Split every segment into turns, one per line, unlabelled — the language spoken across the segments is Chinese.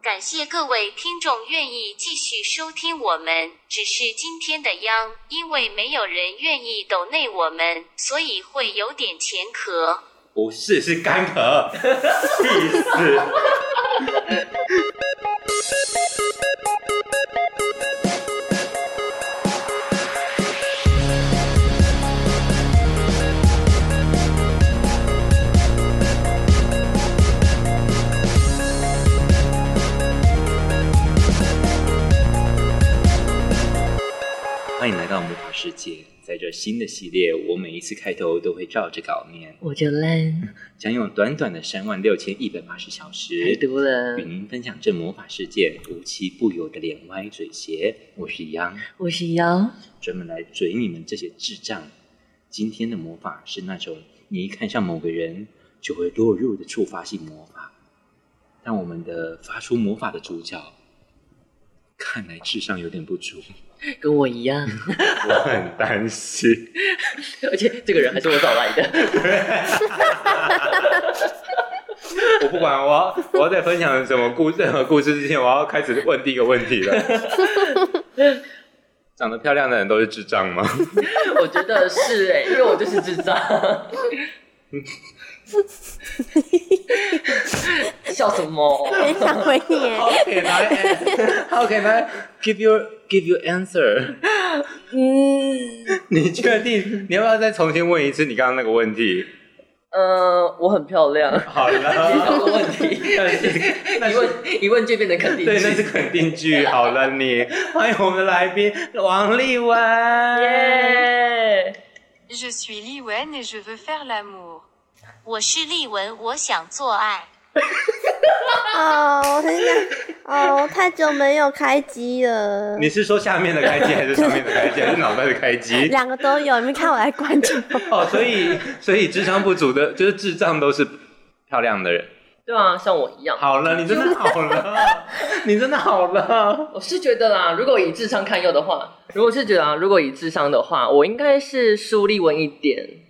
感谢各位听众愿意继续收听我们，只是今天的央，因为没有人愿意抖内我们，所以会有点前壳。
不是，是干咳，气死！欢迎来到魔法世界，在这新的系列，我每一次开头都会照着稿念，
我就烂，
将用短短的三万六千一百八十小
太
时，
毒了
与。您分享这魔法世界无奇不有的脸歪嘴斜。我是杨，
我是瑶，
专门来嘴你们这些智障。今天的魔法是那种你一看上某个人就会落入的触发性魔法，但我们的发出魔法的主角，看来智商有点不足，
跟我一样，
我很担心。
嗯 而且这个人还是我找来的。
我不管，我要我要在分享什么故任何故事之前，我要开始问第一个问 题了。长得漂亮的人都是智障吗？
我觉得是哎、因为我就是智障。笑什么？
很想回你 耶，
How can I? How can I give you give you answer？
嗯，
你确定？你要不要再重新问一次你刚刚那个问题？
呃，我很漂亮。
好
你找
了，
个问题，一问一问就变成肯定
对，那
句。
是肯定句。好了你，欢迎我们的来宾王立文。
耶！
Je suis Liwen et je veux faire l'amour.
我是丽文，我想做爱。
哦，我很想，哦，太久没有开机了，
你是说下面的开机，还是上面的开机，还是脑袋的开机？
两个都有，你们看我来关 注，
哦，所以所以智商不足的，就是智障都是漂亮的人。
对啊，像我一样。
好了，你真的好了， 你真的好了。
我是觉得啦，如果以智商堪忧的话，如果是觉得啊，如果以智商的话，我应该是苏立文一点。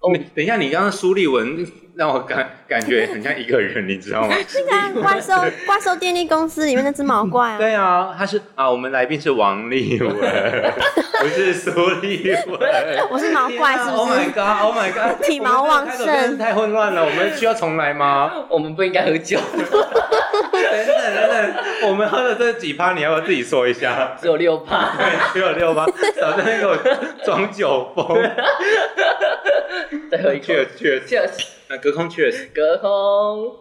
哦，等一下，你刚刚苏立文让我感感觉很像一个人，你知道吗？
你看怪 兽怪兽电力公司里面那只毛怪 啊，
对啊，他是啊，我们来宾是王立 文，不是苏立文。
我是毛怪是不
Oh
是
my？god！Oh my god！
体毛旺盛
我们这个开头真是太混乱了。我们需要重来吗？
我们不应该喝酒，
等等等等，我们喝的这几趴，你要不要自己说一下？
只有六趴。
对，只有六趴，少在那边给我装酒疯。
再喝一口。
Cheers Cheers！
这
那隔空 Cheers！
隔空，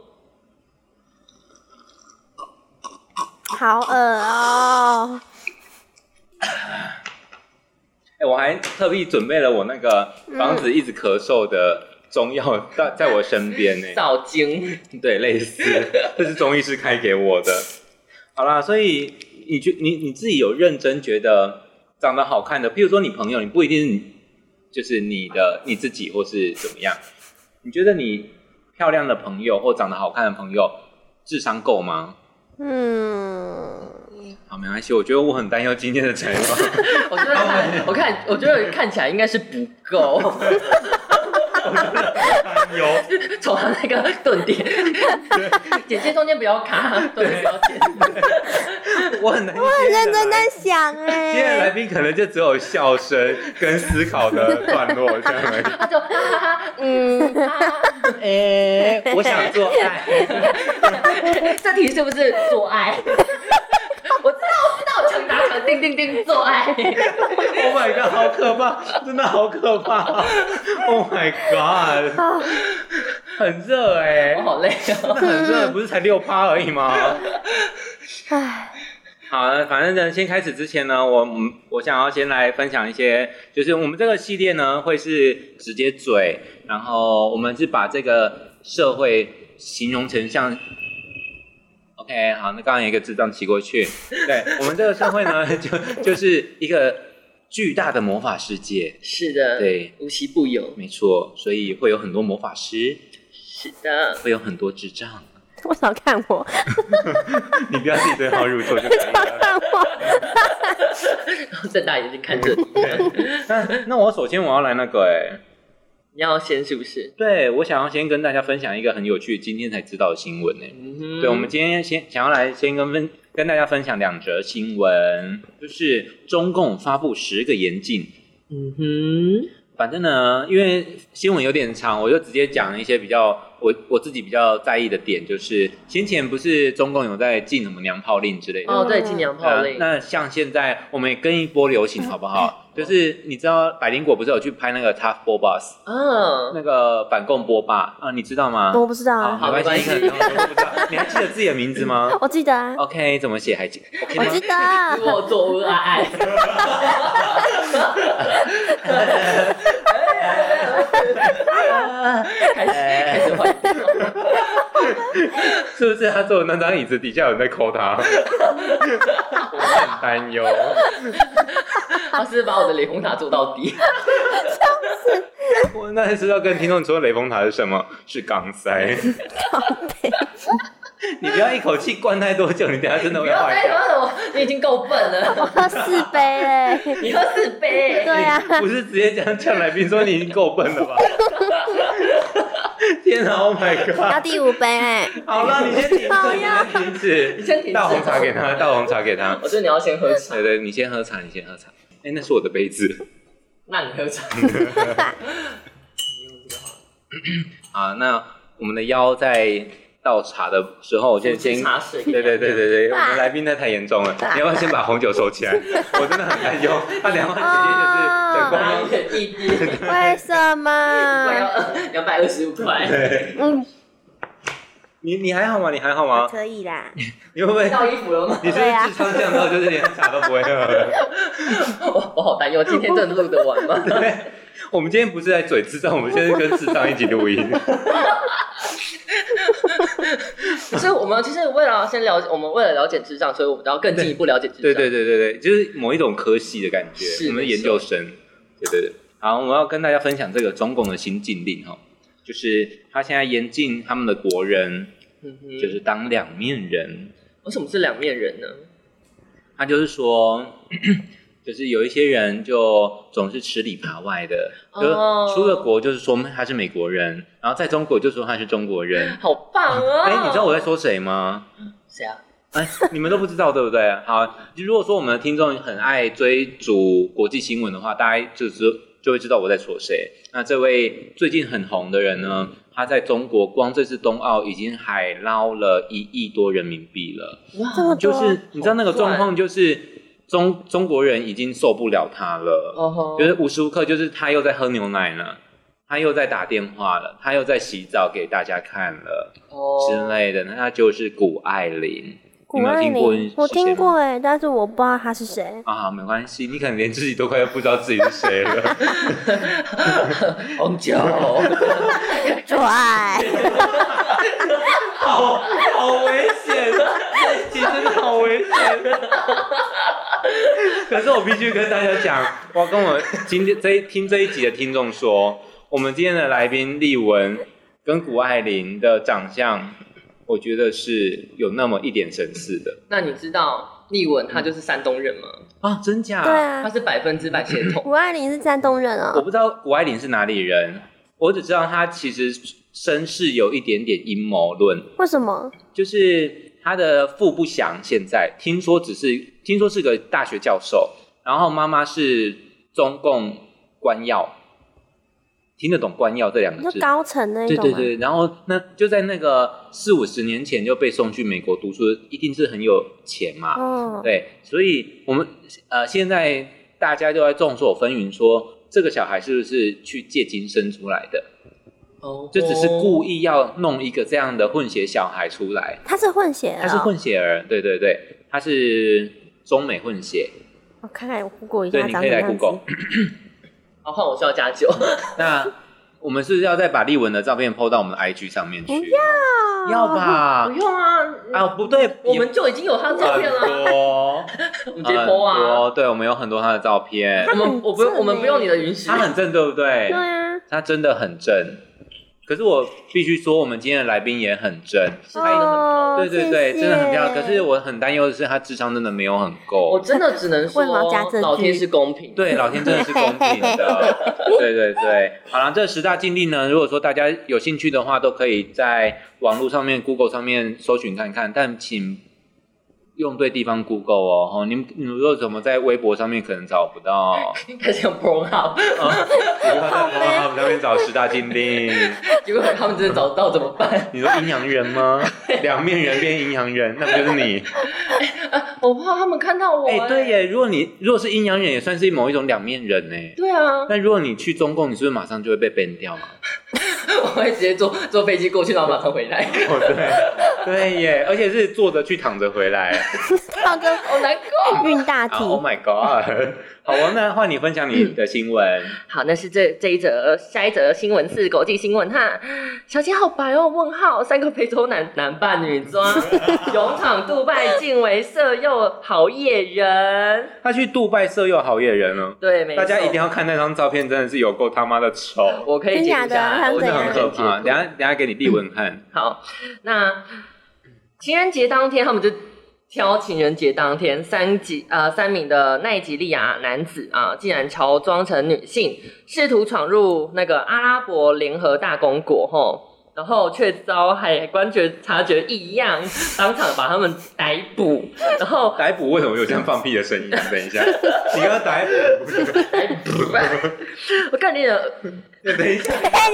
好恶哦，
哎、我还特地准备了我那个防止一直咳嗽的中药在在我身边 呢、
少精。
对，类似，这是中医师开给我的。好啦，所以你觉你你自己有认真觉得长得好看的，譬如说你朋友，你不一定是你就是你的你自己或是怎么样，你觉得你漂亮的朋友或长得好看的朋友智商够吗？
嗯，
好，没关系，我觉得我很担忧今天的采访。
我觉得看，我看，我觉得看起来应该是不够。
有，
从他那个顿点，姐姐中间不要卡，顿点不要剪。
我很担心。我
很认真在想
今天的来
哎，
宾可能就只有笑声跟思考的段落这样而已。
他就哈哈哈，嗯，哈哈
哎、我想做爱，
这题是不是做爱？ 我知道，我知道，抢答抢叮叮叮 做 爱。
，Oh my god，好可怕，真的好可怕，Oh my god，很热哎、
我好累哦。
真的很热，不是才六趴而已吗？
唉，
好，反正呢，先开始之前呢，我嗯我想要先来分享一些，就是我们这个系列呢会是直接嘴，然后我们是把这个社会形容成像。OK，好，那刚刚有一个智障骑过去，对我们这个社会呢，就就是一个巨大的魔法世界，
是的，，
对，
无奇不有。
没错，所以会有很多魔法师，
是的，
会有很多智障，
为什么看我？
你不要自己对号入座就可以了。
看我？
哦睁大眼睛看着你。
那那我首先我要来那个哎、
你要先是不是？
对我想要先跟大家分享一个很有趣，今天才知道的新闻呢、
嗯哼
对，我们今天先想要来先跟分跟大家分享两则新闻，就是中共发布十个严禁。
嗯哼，
反正呢，因为新闻有点长，我就直接讲一些比较我我自己比较在意的点，就是先前不是中共有在禁什么娘炮令之类的吗
哦，对，金娘炮
啊
类，
那像现在我们也跟一波流行好不好？就是你知道百灵果不是有去拍那个 Tough Boy Boss
嗯，
那个反共波霸啊？你知道吗？
我不知道
好，
啊，
好
没关
没
系，你不知道 你还记得自己的名字 吗
我记得啊，
？OK，怎么写还记？OK
我
吗
记得啊，
我左额癌，开始开始换掉，
是不是他坐的那张椅子底下有人在抠他？我很担忧。
他是把我的雷峰塔做到底，
我那还是要跟听众说，雷峰塔是什么？是钢塞。你不要一口气灌太多酒，你等下真的
不
会
要再
坏掉。
他了，我你已经够笨了，
喝四杯嘞，
你喝四杯，
对啊，
不是直接这样呛来宾说你已经够笨了吧？ 天啊！Oh my
要
god！
第五杯欸嘞，
好了，你先停止，
好呀
你先停止，
你先停止
大红茶给他，大红茶给他
我。觉得你要先喝茶
对，对，你先喝茶，你先喝茶。哎，那是我的杯子
那你喝茶，
啊。那我们的腰在倒茶的时候，我就先
茶水，
对对对对对，我们来宾那太严重了，你要不要先把红酒收起来？我真的很 担忧，他两万
哦
拿
直
一点一滴，一
为什
罐要
啊
么？
二两百二十五块，
接就是对，
嗯，
你你还好吗？你还好吗？
可以啦，
你会不会？
到衣服了吗？
你是不是智商降到就是连茶都不会喝了？
我我好担忧，今天真的录得完吗？
对， 我们今天不是在嘴智障，我们现在是跟智障一起 录音。
所以我们就是为了要先了解，我们为了了解智障，所以我们要更进一步了解智障。
对对对对对，就是某一种科系的感觉，
是
我们
没
研究生。对对对，好，我要跟大家分享这个中共的新禁令哈，就是他现在严禁他们的国人
嗯哼，
就是当两面人。
为什么是两面人呢？
他就是说， 就是有一些人就总是吃里扒外的，
哦
就出了国就是说他是美国人，然后在中国就说他是中国人。
好棒啊！
哎、你知道我在说谁吗？
谁啊？
哎，你们都不知道对不对？好，如果说我们的听众很爱追逐国际新闻的话，大家就知就会知道我在说谁。那这位最近很红的人呢，他在中国光这次冬奥已经海捞了一亿多人民币了。
这么
哇，
啊就
多，
是你知道那个状况，就是中中国人已经受不了他了，
哦吼
就是无时无刻就是他又在喝牛奶了，他又在打电话了，他又在洗澡给大家看了之
哦，
类的，那他就是谷爱凌，你
谷
没有
爱
听过是
凌
谁，吗？
我听过哎，但是我不知道他是谁，
啊，没关系，你可能连自己都快要不知道自己是谁了。
红酒，
拽，
啊好 好危险，啊这一集真的好危险。啊 可是我必须跟大家讲，我要跟我今天这一听这一集的听众说，我们今天的来宾丽文跟谷爱凌的长相，我觉得是有那么一点神似的
那你知道立文他就是山东人吗？
啊，真假？
对
他
啊，
是百分之百血
谷
统。
爱凌是山东人
我
哦，
不知道谷爱凌是哪里人，我只知道她其实身世有一点点阴谋论。
为什么？
就是他的父不详，现在听说只是听说是个大学教授，然后妈妈是中共官要，听得懂“官要”这两
你
个
说
字？
高层那一
对
种
对
吗？
对，然后那就在那个四五十年前就被送去美国读书，一定是很有钱嘛。
哦，
对，所以我们呃现在大家就在众说纷纭说，这个小孩是不是去借精生出来的？
哦，
就只是故意要弄一个这样的混血小孩出来。
他是混血的哦，
他是混血儿，对对对，他是中美混血，
我看看，我 Google 一
对，
下
你
长
可以
什么
来
样子
Google。。
好，哦换我需要 加酒。
那我们是不是要再把丽文的照片 PO 到我们的 IG 上面去？
不要哦
要？吧
不？用啊，
啊，不对，
我们就已经有他的照片了，
了，
我们直接
很
po 啊。
多，对，我们有很多他的照片
我，们我不用，
很正欸
我们不用你的允许
他。很正，对不对
对？啊，
他真的很正，可是我必须说，我们今天的来宾也很真，
哦，
对对对，
谢谢
真的很漂亮。可是我很担忧的是，他智商真的没有很够
我。真的只能说
为毛加这句
老天是公平，，
对，老天真的是公平的。对对对，好了，这十大禁令呢，如果说大家有兴趣的话，都可以在网络上面、Google 上面搜寻看看，但请用对地方 Google 哦。哦，你们你们如果怎么在微博上面可能找不到，
应该是用 Pro Hub，
你要在微博上面找十大禁令。
结果他们真的找不到怎么办？
你说阴阳人吗？两面人变阴阳人，那不就是你？
哦我怕他们看到 我、
哎、对，耶，如果你如果是阴阳人，也算是某一种两面人呢。
对啊，
但如果你去中共，你是不是马上就会被 ban 掉嘛？
我会直接坐坐飞机过去，然后马上回来，
哦，对，对耶，而且是坐着去，躺着回来。
唱歌
好 难过。
运大题
好 Oh my god！好哦，那换你分享你的新闻。
好，那是这这一则，呃下一则新闻是国际新闻哈。小姐好白哦，问号，三个非洲男男扮女 装，勇闯杜拜，竟为色诱好野人。
他去杜拜色诱好野人哦，
对，没错，
大家一定要看那张照片，真的是有够他妈的丑，
我可以解
真假
读一
的
下，
他
我
真的很
可
们对啊
可
以
怕。等
解
一下等一下给你立文看，
读。好，那情人节当天，他们就挑情人节当天，三几呃三名的奈及利亚男子啊、竟然乔装成女性，试图闯入那个阿拉伯联合大公国吼。然后却遭海关觉察觉异样，当场把他们逮捕。然后
逮捕为什么有像放屁的声音？等一下，你要逮捕？
我看你的
等一下，你不要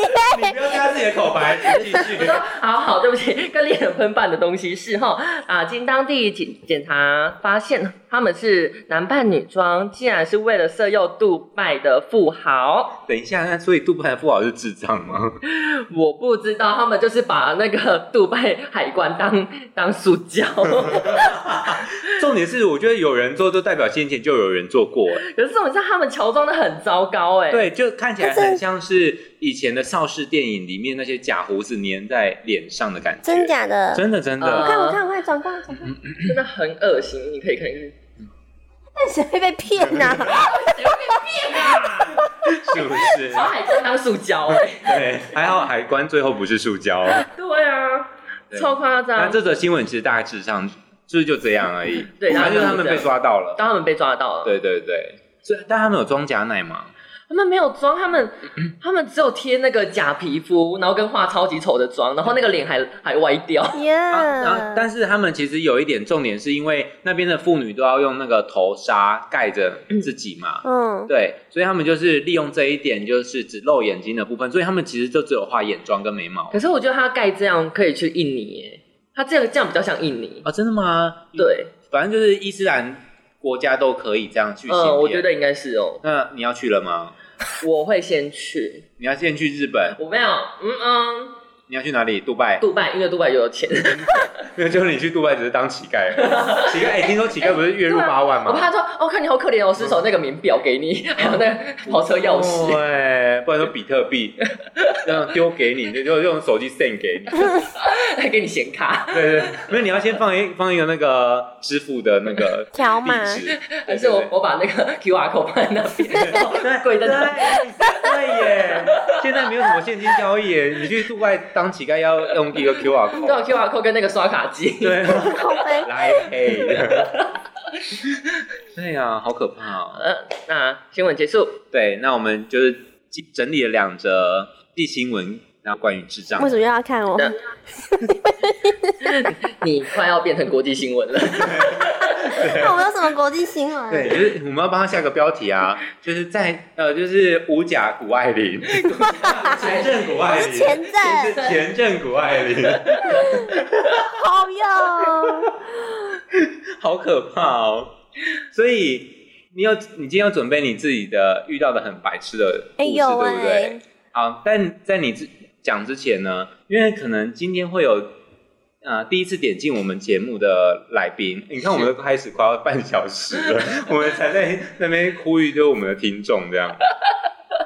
加自己的口白，请 继续。
好好，对不起， 跟猎人喷饭的东西是哈啊，经当地检检察发现他们是男扮女装，竟然是为了色诱杜拜的富豪。
等一下，那所以杜拜的富豪是智障吗？
我不知道他们就是把那个 杜拜海关当当塑 胶，
重点是，我觉得有人做，就代表先前就有人做过。哎
可是我知道他们乔装的很糟糕哎、，
对，就看起来
可是
很像是以前的邵氏电影里面那些假胡子粘在脸上的感觉。
真？假的？
真的真的。
嗯
啊嗯
我看我看我看，转过来转过来，
真的很恶心，你可以看一看。
但谁会被骗啊 呐？
啊是不是？
把海关当塑胶哎、
对，还好海关最后不是塑胶。
对啊，
对
超夸
那
张。
这则新闻其实大致上就是就这样而已。
对
反正就是
大
他
致上
们
是这
被
样
抓到了。
当他们被抓到了，
对对对，所以但他们有装假奶吗？
他们没有妆，他 们他们只有贴那个假皮肤，然后跟化超级丑的妆，然后那个脸还还歪掉。
耶！
啊，然后但是他们其实有一点重点，是因为那边的妇女都要用那个头纱盖着自己嘛，
嗯，
对，所以他们就是利用这一点，就是只露眼睛的部分，所以他们其实就只有画眼妆跟眉毛
可。是我觉得他盖这样可以去印尼耶，他这样这样比较像印尼。
啊，真的吗？，
对，
反正就是伊斯兰国家都可以这样去行骗。
嗯，我觉。得应该是哦，
那你要去了吗？
我会先去。
你要先去日本，
我没有，嗯嗯，
你要去哪里？杜拜？
杜拜，因为杜拜又有钱，
没有，就是你去杜拜只是当乞丐而 已，乞丐。哎，听说乞丐不是月入八万
啊我
吗？
怕说，哦，看你好可怜哦，失手那个名表给 你，还有那个跑车钥匙。
对，哦不然说比特 币，这样丢给你，就就用手机 send 给你。
还给你显卡，
对对，没有，你要先放一放一个那个支付的那个
条码
地址，
还是我我把那个 QR code 放在那边，然后 跪
对
在那里。
对耶，现在没有什么现金交易耶，你去杜拜当乞丐要用一个 QR
都有
code，
QR 啊 code 跟那个刷卡机。
对，
靠背。
来 pay。对呀、好可怕哦！
呃，那新闻结 束。
对，那我们就是整理了两则地新闻，然后关于智障
为。什么又要看我？
你快要变成国际新闻了，
那我们有什么国际新闻？
对，就是我们要帮他下个标题啊，就是在呃，就是五甲谷爱凌，前阵谷爱凌，
前阵
前前阵谷爱凌，
好哟，
好可怕哦！所以你有你今天要准备你自己的遇到的很白痴的故
哎
事，
有
对不对
哎？，
好，但在你之讲之前呢，因为可能今天会有。呃，第一次点进我们节目的来宾，你看我们都开始快要半小时了，我们才在那边呼吁，就是我们的听众这样。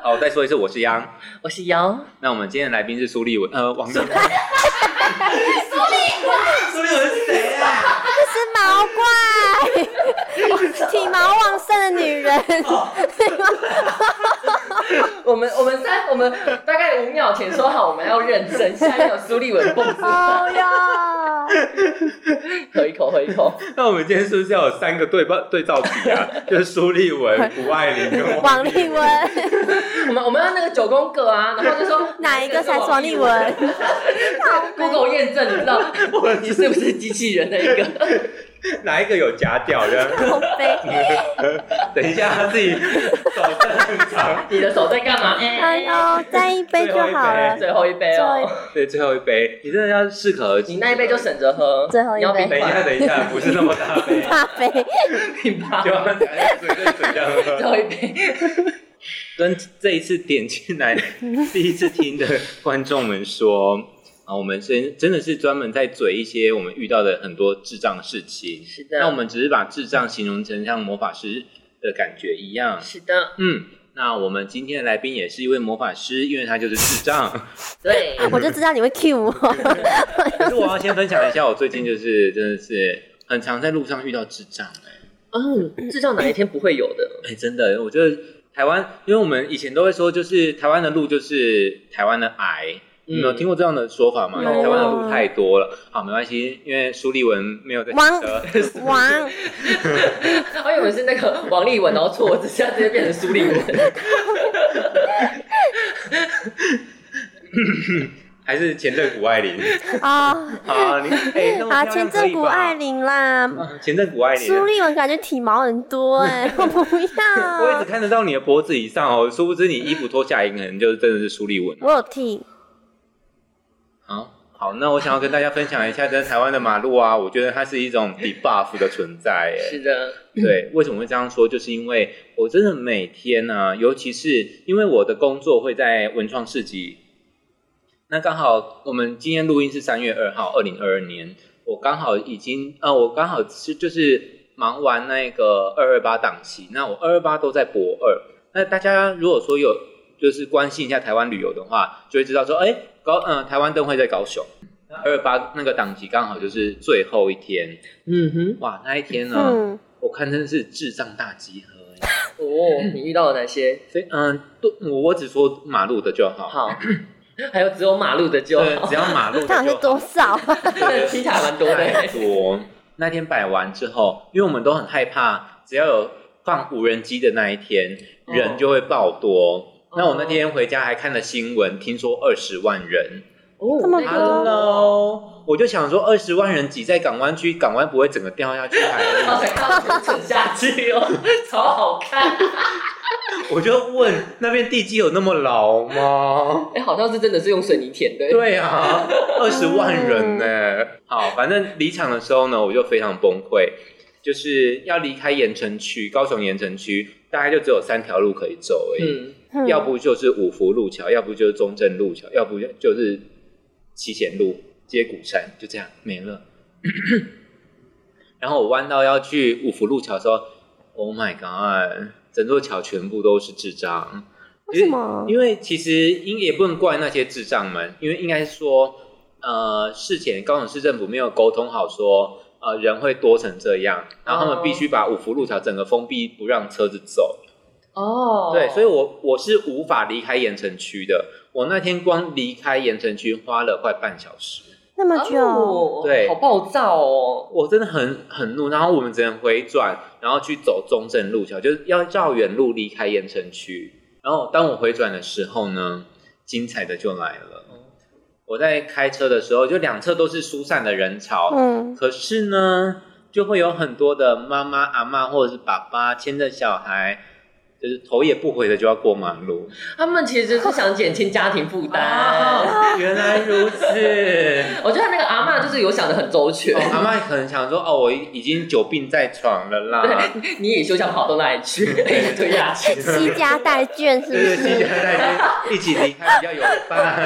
好，我再说一次，我是央，
我是姚，
那我们今天的来宾是苏立文，呃，王立文。苏立文，苏立文是谁啊？
这是毛怪， 体毛旺盛 的女人，
我们我们三我们大概五秒前说好我们要认真，下一秒苏立文蹦出来，
哦哟，
喝一口，喝一口。
那我们今天是不是要有三个对报对照题啊？ 就是苏立 文、谷爱凌跟王
王立文，
我们我们要那个九宫格啊，然后就 说
哪一个才是
是
王立 文？
？Google 验证，你知道 你是不是机器人的一 个？
哪一个有夹掉 的？
好悲，
等一下，他自己手伸很长。
你的手在干嘛？哎
哎呦，再一杯就好了。
最后一杯哦，
对，最后一杯，你真的要适可而止。
你那一杯就省着喝，
最后一杯
你要冰
等一下，
块，
等一下，不是那么大 杯，
大杯，
冰吧
就。要夹在嘴跟嘴这样喝
最后一杯，
跟这一次点进来第一次听的观众们说啊，我们真真的是专门在嘴一些我们遇到的很多智障事情。
是的，
那我们只是把智障形容成像魔法师的感觉一样。
是的，
嗯，那我们今天的来宾也是一位魔法师，因为他就是智障。
对，
哎
我就知道你会 Q 我。
可是我要先分享一下，我最近就是 真的是很常在路上遇到智障、欸。
嗯，智障哪一天不会有的？
哎、真的，我觉得台湾，因为我们以前都会说，就是台湾的路就是台湾的癌。你有
嗯
听过这样的说法吗？
没有
台湾的路太多了。好，没关系，因为苏立文没有在骑
王
车。
王，
我以为是那个王立文，然后错，之下直接变成苏立文。
还是前阵谷爱 凌
啊
啊？你哎，那么
啊，
漂亮
前
可
阵
以
谷
吧
爱，凌啦，
啊前阵谷爱凌。
苏立文感觉体毛很多哎，我不
我一直
要。
看得到你的脖子以上哦，殊不知你衣服脱下来，可能就真的是苏立文。
我有剃，
好，好，那我想要跟大家分享一下，在台湾的马路啊，我觉得它是一种 debuff 的存在。哎，
是的，
对，为什么会这样说？就是因为我真的每天呢、尤其是因为我的工作会在文创市集，那刚好我们今天录音是三月二号，二零二二年，我刚好已经呃，我刚好是就是忙完那个二二八档期，那我二二八都在博二，那大家如果说有就是关心一下台湾旅游的话，就会知道说，哎，高嗯、台湾灯会在高雄。那二二八那个档期刚好就是最后一天，
嗯哼，
哇，那一天呢、
嗯，
我看真是智障大集合欸。
哦，你遇到了哪些？
所以，嗯，都我我只说马路的就好。
好， 还有只有马路的就
对，
好，
只要马路的就
到底是多
好。
少？
对，听起来蛮多
太
的。欸
多。那天摆完之后，因为我们都很害怕，只要有放无人机的那一天，
哦
人就会爆多。
哦
那我那天回家还看了新闻，听说二十万人。
哦
这么多
那个
Hello，我就想说二十万人挤在港湾区，港湾不会整个掉下去还是什
好
么
想看蠢下去哦，超好看。
我就问那边地基有那么牢吗？
哎，好像是真的是用水泥填的。，
对啊，二十万人呢、好，反正离场的时候呢，我就非常崩溃，就是要离开盐城区，高雄盐城区，大概就只有三条路可以走而已，
嗯，
嗯
要不就是五福路桥，要不就是中正路桥，要不就是七贤路、接骨山，就这样没了。然后我弯到要去五福路桥的时候，Oh my god！整座桥全部都是智障。
为什么？
因为其实应也不能怪那些智障们，因为应该说，呃，事前高雄市政府没有沟通好说，呃，人会多成这样，然
哦
后他们必须把五福路桥整个封闭，不让车子走。
哦，
对，所以我我是无法离开盐城区的。我那天光离开盐城区花了快半小时，
嗯那么久，
哦
对
好暴躁哦。
我真的很很怒。然后我们只能回转，然后去走中正路桥，就是要绕远路离开盐城区。然后当我回转的时候呢，精彩的就来了。我在开车的时候，就两侧都是疏散的人潮，
嗯，
可是呢，就会有很多的妈妈、阿妈或者是爸爸牵着小孩，就是头也不回的就要过马路。
他们其实就是想减轻家庭负担。
啊，原来如此。
我觉得那个阿嬷就是有想的很周 全
哦、，阿妈可能想说，哦，我已经久病在床了啦，
你也休想跑到那里去， 被推下去。
惜家带眷是不
对对，
是？
西家带一起离开比较有伴。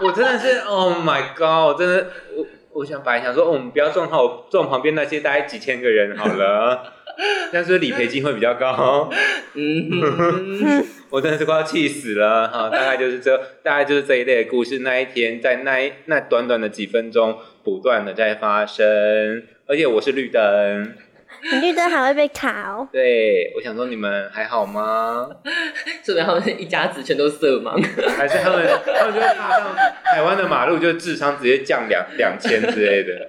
我真的是，Oh my God！我真的，我我想本来想说，哦我们不要撞好撞旁边那些大概几千个人好了，但是理赔金会比较高。
嗯，
我真的是快要气死了哈！大概就是这，大概就是这一类的故事。那一天在那一那短短的几分钟，不断的在发生，而且我是绿灯，
你绿灯还会被 卡哦。
对，我想说你们还好吗？
说明他们一家子全都色盲。
还是他们他们就会踏上台湾的马路，就智商直接降两两千之类的，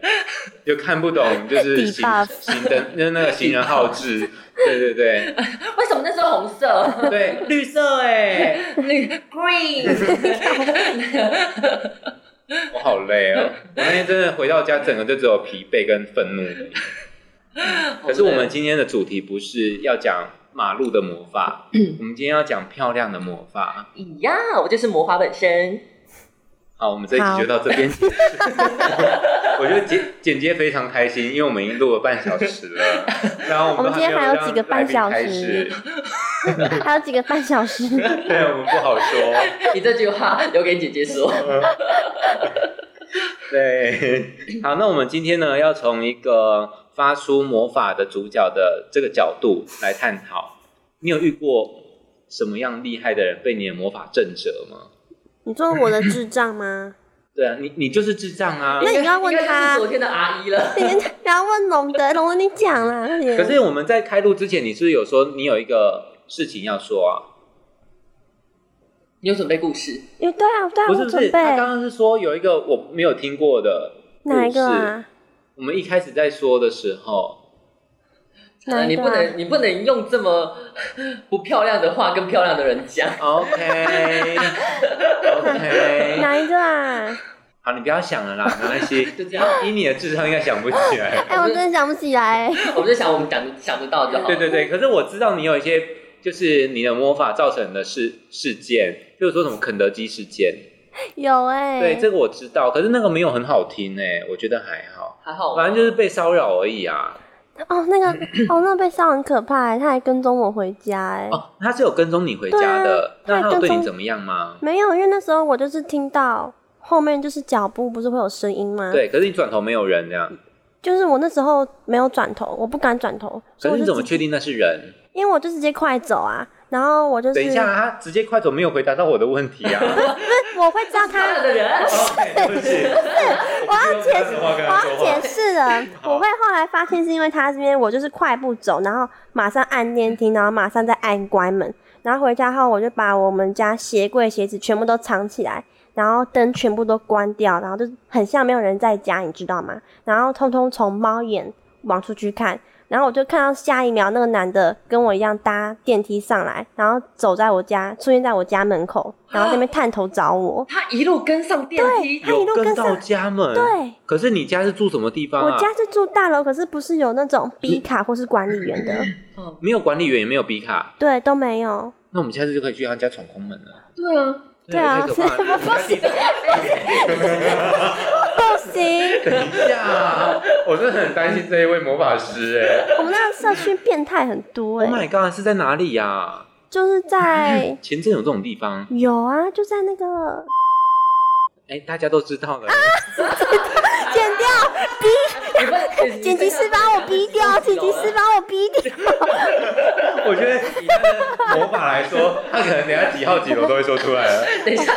就看不懂就是行
Debuff
行灯，那那个行人号志，对对对
为什么那时候红色？
对，绿色哎，
那个 green。
我好累哦，我那天真的回到家，整个就只有疲惫跟愤怒。可是我们今天的主题不是要讲马路的魔法，我们今天要讲漂亮的魔法。
一样，我就是魔法本身。
好，我们这一集就到这 边结束。我觉得剪剪接非常开心，因为我们已经录了半小时 了，然后我
我
们
们
都
今天
没
还有
让
几个半
来宾
小
开
时
始，
还有几个半小时，
对我们不好说。
你这句话留给姐姐说。
对， 好，那我们今天呢，要从一个发出魔法的主角的这个角度来探讨，你有遇过什么样厉害的人被你的魔法震折吗？
你说我的智障吗？
对啊，你你就是智障啊！
那你要问
应该就是
他
昨天的阿姨了。
你你要问龙德，龙德你讲啦。快点
可是我们在开录之前，你是不是有说你有一个事情要说啊？
你有准备故事？
有对啊对啊，
不是
我
不
准
是，他刚
备
刚是说有一个我没有听过的故事
哪一个？啊？
我们一开始在说的时候，
哪
呃你
一个
不
啊？
能，你不能用这么 不漂亮的话跟漂亮的人讲。
OK OK，
哪一个啊？
好，你不要想了啦，没关 系，
就这样
以你的智商应该想不起来。
哎，我真的想不起 来。
我们就想我们想想得到就好。
对对对，可是我知道你有一些就是你的魔法造成的事事件，就是说什么肯德基事件，
有哎，
对这个我知道，可是那个没有很好听哎、我觉得还好，
还好吗，
反正就是被骚扰而已啊。
哦， 那个哦，那个被烧很可怕欸，他还跟踪我回家哎。
哦，他是有跟踪你回家的，
对啊
那他有
他有
对
跟
你
踪
怎么样吗？
没有，因为那时候我就是听到后面就是脚步，不是会有声音吗？，
对，可是你转头没有人这
嗯
样，
就是我那时候没有转头，我不敢转头，
可是
所以我
你
就
怎么
直
确定那是人？
因为我就直接快走啊，然后我就是
等一下，啊他直接快走没有回答到我的问题 啊！
我会知道
漂
他，
亮的人。
对不起，我要
解释
我
我要解释了，
好
我会后来发现是因为他这边我就是快步走，然后马上按电梯，然后马上再按关门，然后回家后我就把我们家鞋柜鞋子全部都藏起来。然后灯全部都关掉，然后就很像没有人在家，你知道吗？然后通通从猫眼往出去看，然后我就看到下一秒那个男的跟我一样搭电梯上来，然后走在我家，出现在我家门口，然后在那边探头找我。
他一路跟上电梯，
他一
有
路
跟
跟上
到家门，
对，
可是你家是住什么地方
我
啊？
家是住大楼，可是不是有那种 B 卡或是管理员的，
没有管理员，也没有比卡，
对，都没有。
那我们下次就可以去他家闯空门了。
对啊，
对啊
太可怕 了
不行，
等一下啊， 我真的很担心这一位魔法师哎。
我们那个社区变态很多哎、
Oh my god，是在哪里呀？
就是在
前阵有这种地方，
有啊，就在那个
哎，大家都知道了。
啊剪掉
你不
剪辑师把我逼掉，剪辑师把我逼 掉，
我觉得以他的魔法来说，他可能等下几号几楼都会说出来了。
等一下，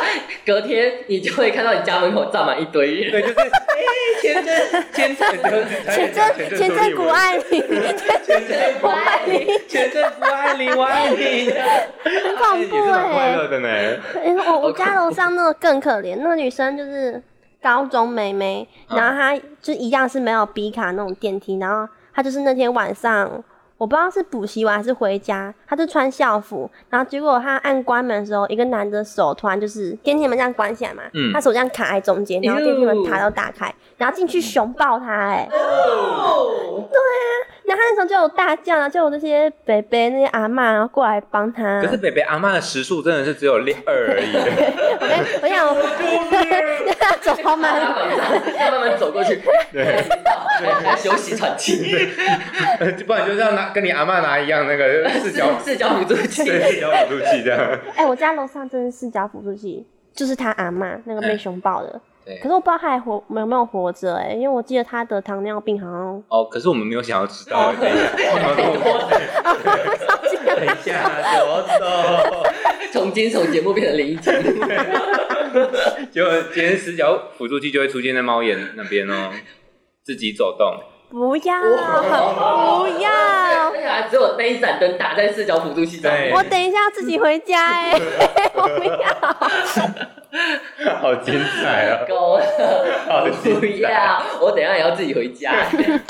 隔天你就会看到你家门口站满一堆人。
对，就是哎，前阵前阵
前阵前阵古爱你，
前阵不爱你，前阵不爱你，我爱你，
很恐
也是
怖
蛮快
哎、
乐的呢。
欸我我家楼上那个更可怜，那个女生就是高中妹妹，
嗯
然后她就一样是没有 B 卡那种电梯，然后她就是那天晚上。我不知道是补习完还是回家，她就穿校服，然后结果她按关门的时候，一个男的手突然就是电梯门这样关起来嘛，
嗯
他手这样卡在中间，然后电梯门爬到打开，然后进去熊抱她、哎，
哦，
然后她那时候就有大叫，啊然后就有那些北北那些阿嬷然后过来帮她。
可是北北阿妈的时速真的是只有六二而已。
我跟我想我， 走好
慢。
慢
慢慢慢走过去，
对。
休息喘气，
不然就是要拿跟你阿妈拿一样那个四角，
四角辅助器。
对四角辅助器这样。
哎、我家楼上真的是家辅助器，就是他阿妈那个被熊抱的。
嗯对
可是我不知道他还活有没有活着哎、因为我记得他得糖尿病，好像
哦，可是我们没有想要知道哎的。等一下，走走。
从惊悚节目变成灵异节目，
结果今天死角辅助器就会出现在猫眼那边哦，自己走动。
不要，
我
啊不要
而，且还只有那一盏灯打在视角辅助器上面。
对
我等一下要自己回家哎、 我不要。
好精彩 啊！
够了，
好精
不
彩！
要！我等一下也要自己 回家，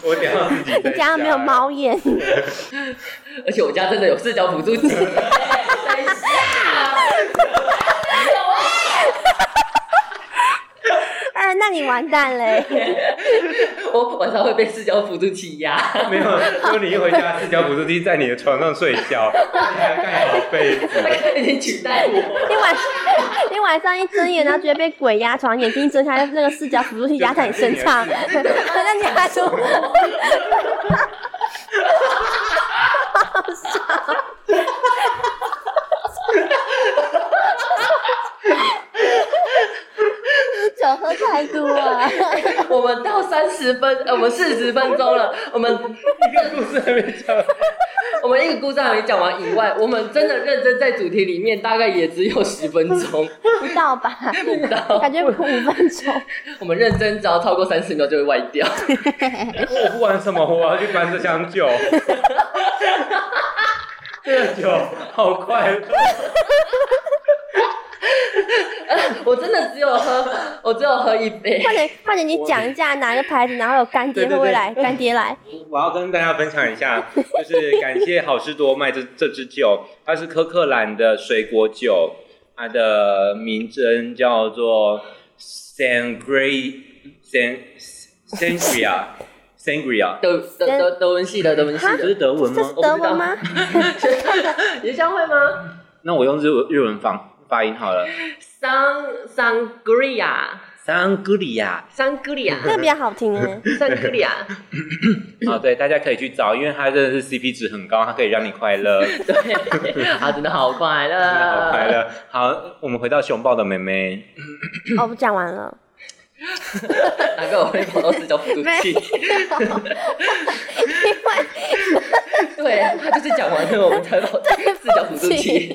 我等一下自己在
你家没有猫眼？
而且我家真的有视角辅 助器。等一下，
呃，那你完蛋哎嘞、
我晚上会被视角辅助器压。
没有，如果你一回家，四脚辅助机在你的床上睡觉，你还盖好被子。
已经取代 我，
你晚你晚上一睁眼，然后觉得被鬼压床，眼睛一睁开，那个视角辅助器压在你身上， 那你还说？酒喝太多了，
我们到三十分，呃我们四十分钟了，我们
一个故事还没讲完，
我们一个故事还没讲完以外，我们真的认真在主题里面大概也只有十分钟，
不到吧？
不到，
感觉五分钟。
我们认真只要超过三十秒就会歪掉。
我不管什么，我要去搬这箱 酒。这个酒好快乐，
我真的只有喝，我只有喝一杯。
快点，快点，你讲一下哪个牌子，然后有干爹会不会来？干爹来，
我要跟大家分享一下，就是感谢好事多卖这这支酒，它是科克兰的水果酒，它的名称叫做 Sangria San Sangria Sangria，
德德德德文系的德文系
这
的，
是德文
这是
吗？哦
德文吗？
你相会吗？
那我用日文日文发发音好了。
桑桑格利亚，
Sangria
桑格利亚，
这个比较好听哎、
桑格利亚，
啊，对，大家可以去找，因为它真的是 CP 值很高，它可以让你快 乐。
对， 啊，真的好快乐，
好快乐。好，我们回到熊抱的妹妹，
哦，我讲完了。
难怪我会跑到四角辅助器。对，啊他就是讲完了，我们才跑到四角辅助器。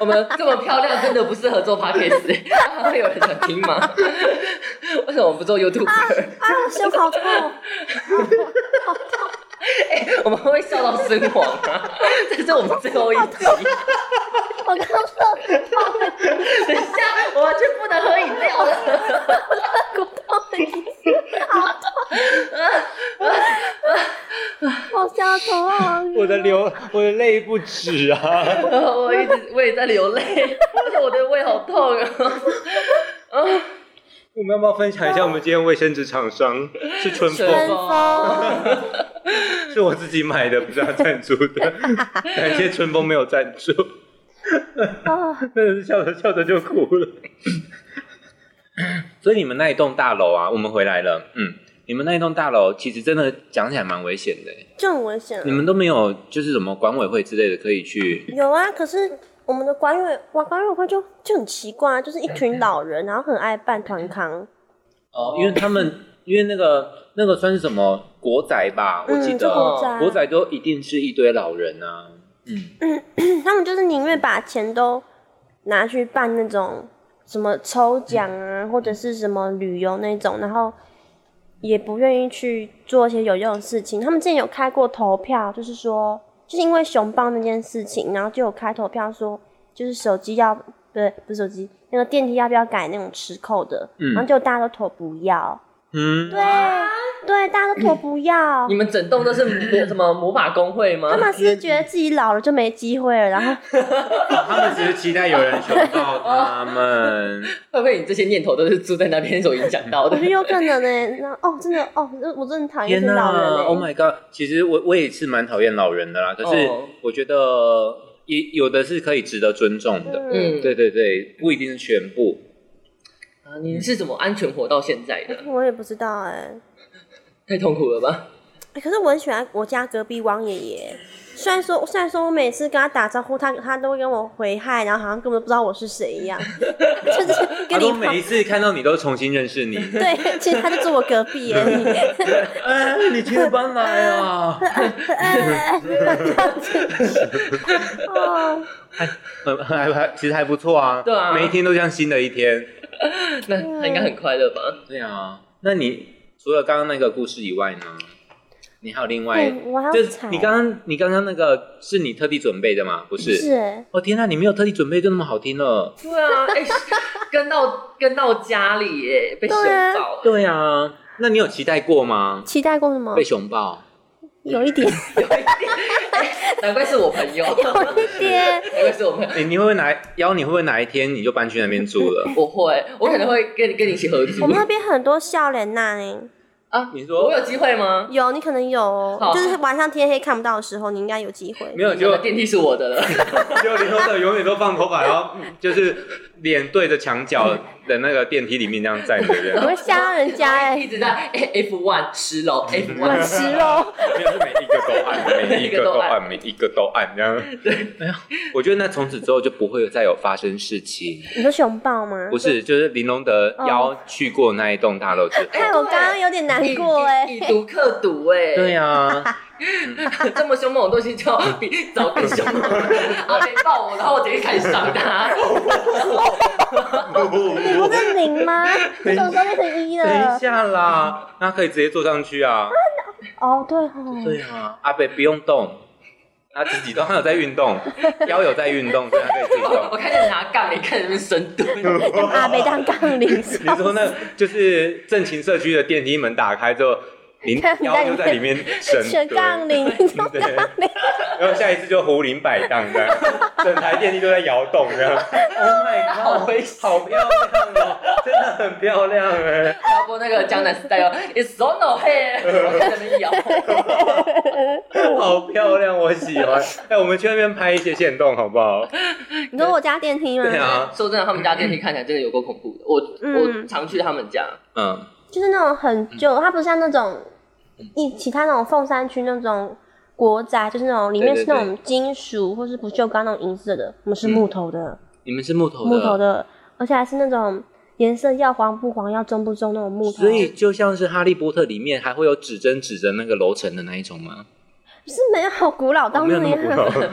我们这么漂亮，真的不适合做 podcast，还会有人想听吗？为什么不做 YouTube？、
啊，胸好痛！
我们会笑到身亡啊！这是我们最后一集。
我刚说
等一下，我要去不能喝饮料了。
我笑头好
我的流，我的泪不止啊！
我一直我也在流泪，而且我的胃好痛啊！
我们要不要分享一下我们今天卫生纸厂商是春
春
风，
跟风，
是我自己买的，不是他赞助的。感谢春风没有赞助，
哦，
真的是笑着笑着就哭了。 所以你们那一栋大楼啊，我们回来了，嗯，你们那一栋大楼其实真的讲起来蛮危险的欸，
就很危险
你
了。
们都没有就是什么管委会之类的可以去，
有啊，可是我们的管委管管委会就就很奇怪啊，就是一群老人，然后很爱办团康，
哦，因为他们因为那个那个算是什么国宅吧，我记
嗯，就
得、
国宅啊，
国宅都一定是一堆老人啊，嗯，
他们就是宁愿把钱都拿去办那种什么抽奖啊，或者是什么旅游那种，然后也不愿意去做一些有用的事情。他们之前有开过投票，就是说，就是因为熊抱那件事情，然后就有开投票说，就是手机要不对，不是手机，那个电梯要不要改那种磁扣的，
嗯
然后就大家都投不要，
嗯，
对对，大家都投不要
你。们整栋都是魔什么魔法工会吗
他？嗯们是不是觉得自己老了就没机会了，然后
他们只是期待有人熊抱他们，
会不会你这些念头都是住在那边所影响到
我
的
觉？得有可能呢、然后哦，真的哦，这我真的很讨厌
天
这老人、欸。
，Oh my god！其实我我也是蛮讨厌老人的啦，可是
哦
我觉得也有的是可以值得尊重的，
嗯，
对对对，不一定是全部。
啊，你是怎么安全活到现在的？
我也不知道哎、
太痛苦了吧？
欸可是我很喜欢我家隔壁汪爷爷。虽然说，虽然说我每次跟他打招呼，他他都会跟我回嗨，然后好像根本都不知道我是谁一样， 就是
他
跟你
说每一次看到你都重新认识你，
对，其实他就坐我隔壁而已。
哎，你今天搬来啊？
哦，
很还还其实还不错啊，
对啊
每一天都像新的一天。
那他应该很快乐吧？
对啊，那你除了刚刚那个故事以外呢，你还有另外，
嗯我还
这
要踩，
你刚刚你刚刚那个是你特地准备的吗？不是。
是欸
哦天呐，你没有特地准备就那么好听了。
对啊，哎、跟到跟到家里耶，被熊
对啊
到了。
对啊，那你有期待过吗？
期待过什么
被？熊抱？
有一点，啊
难怪是我朋 友，难
有一点，
怪是我朋友。
你你会不会哪邀你会不会哪一天你就搬去那边住 了？
我会，我可能会跟你跟你一起合租
我们那边很多笑脸呐，欸
啊。
你说
我有机会吗？
有你可能有哦
好，
就是晚上天黑看不到的时候，你应该有机会
没。有
你们
就
的电梯是我的了。
啊
就林后 的永远都放头发，然后嗯就是脸对着墙角的那个电梯里面这样站着这
我
样，
会吓到人家哎、
一直在 F one 十楼 F
晚
one
吃喽，
没有是每一个都按，每一个都按，每一个都按这样。对，没有，我觉得那从此之后就不会再有发生事情。
你说熊抱吗？
不是，就是林隆德邀去过那一栋大楼之后，
哎害我刚刚有点难过哎、
以毒克毒哎、
对啊呀，
这么凶猛的东西就要比找更凶 猛。阿雷抱我，然后我直接开始赏他。
你不是零吗？你怎么都变成一
等一
了？
下啦，那可以直接坐上去啊。
哦，对哦，
对啊，阿北不用动，他自己都他有在运 动，腰有在运动，所以他可以自己
我
动。
看见拿杠铃，看见那深蹲。
跟阿北当杠铃，
你说那就是正勤社区的电梯门打开之后，林
看你在
腰就在里面 伸
选
对
杠铃，你说
对
杠铃，
然后下一次就胡林摆荡这样，整台电梯都在摇动这样。Oh my
好
god，
危险！
好漂亮哦，真的很漂亮哎。
要播那个江南 style，it's so no hair，我在那边摇。
好漂亮，我喜 欢。哎、我们去那边拍一些线动好不好？
你说我家电梯吗？
对啊，
说真的，他们家电梯看起来真的有够恐怖的。我、
嗯
我常去他们家，
嗯，
就是那种很旧，它不像那种一其他那种凤山区那种国宅，就是那种里面
对
是
对
那种金属或是不锈钢那种银色的，我们是木头的，
你们是木头的，
木头的，而且还是那种颜色要黄不黄，要棕不棕那种木头。
所以就像是《哈利波特》里面还会有指针指着那个楼层的那一种吗？
是没有好古老到
哦没有
那
那么古
样，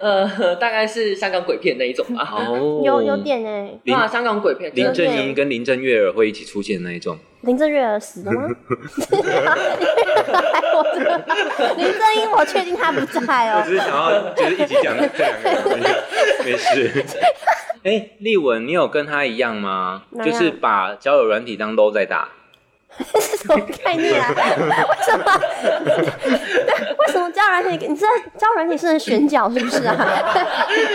老
呃，大概是香港鬼片那一种吧。
哦
有有。点哎，
林
那香港鬼片，
林
真的
正英跟林郑月娥会一起出现的那一种，
林郑月娥死 了吗？我这个林正英，我确定她不在哦、
我只是想要就是一起讲这两个人，没事。哎、丽文，你有跟他一样吗？
哪
就
样
是把交友软体当 low 在打。
这是什么概念啊？为什么？为什么交友软体？你知道交友软体是能选角是不是啊？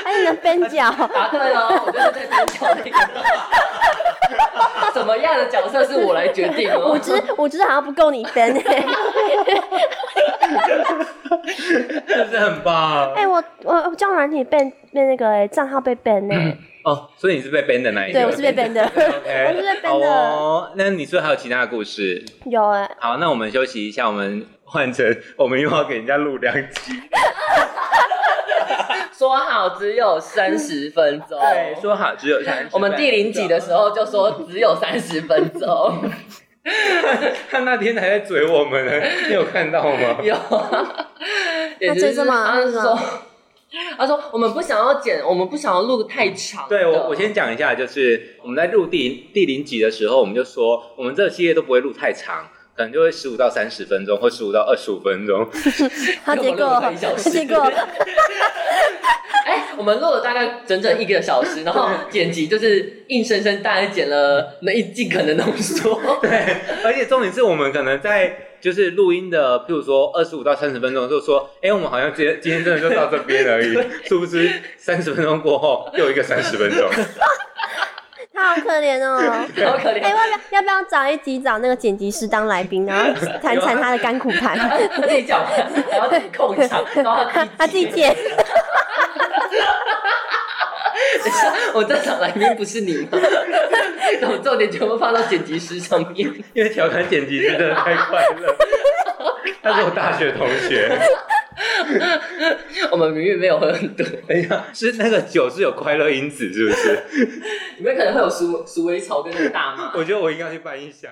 还是能分角？
答对了，我就是在边角那个。什么样的角色是我来决定哦？
五只五只好像不够你分哎、
真是很棒
哎、我我我交友软体被被那个哎账、号被 ban 哎、
哦，所以你是被 ban 的那一个？
对我是被 ban 的，
OK，
我是被 ban 的
好哦，那你说还有其他的故事？
有哎、
好，那我们休息一下，我们换成我们又要给人家录两集。
说好只有三十分钟。
对， 说好只有三十。
我们第零集的时候就说只有三十分钟，
他那天还在嘴我们呢，你有看到吗？
有啊，也就是
这是吗
他
这是吗
说，他说我们不想要剪，我们不想要录太长的。
对我，我先讲一下，就是我们在录第第零集的时候，我们就说我们这个系列都不会录太长，可能就会十五到三十分钟，或十五到二十五分钟。
好结果
我录了一小时
结果
哎、我们录了大概整整一个小时，然后剪辑就是硬生生大概剪了那一尽可能浓缩。
对，而且重点是我们可能在就是录音的，譬如说二十五到三十分钟，就说，哎、我们好像今天今天真的就到这边而已，殊不知三十分钟过后又一个三十分钟。
他好可怜哦、
好可
哎、
怜。
要不要要不要找一集找那个剪辑师当来宾，然后谈谈他的甘苦谈？
自己讲完，然后自己控场，然后
他自己剪，
我这场来宾不是你吗？ 然后重点全部放到剪辑师上面。
因为调侃剪辑师真的太快乐。他是我大学同学，
我们明明没有喝很多，
哎呀，是那个酒是有快乐因子，是不是？
里面可能会有鼠鼠尾草跟那个大麻。
我觉得我应该去搬一箱。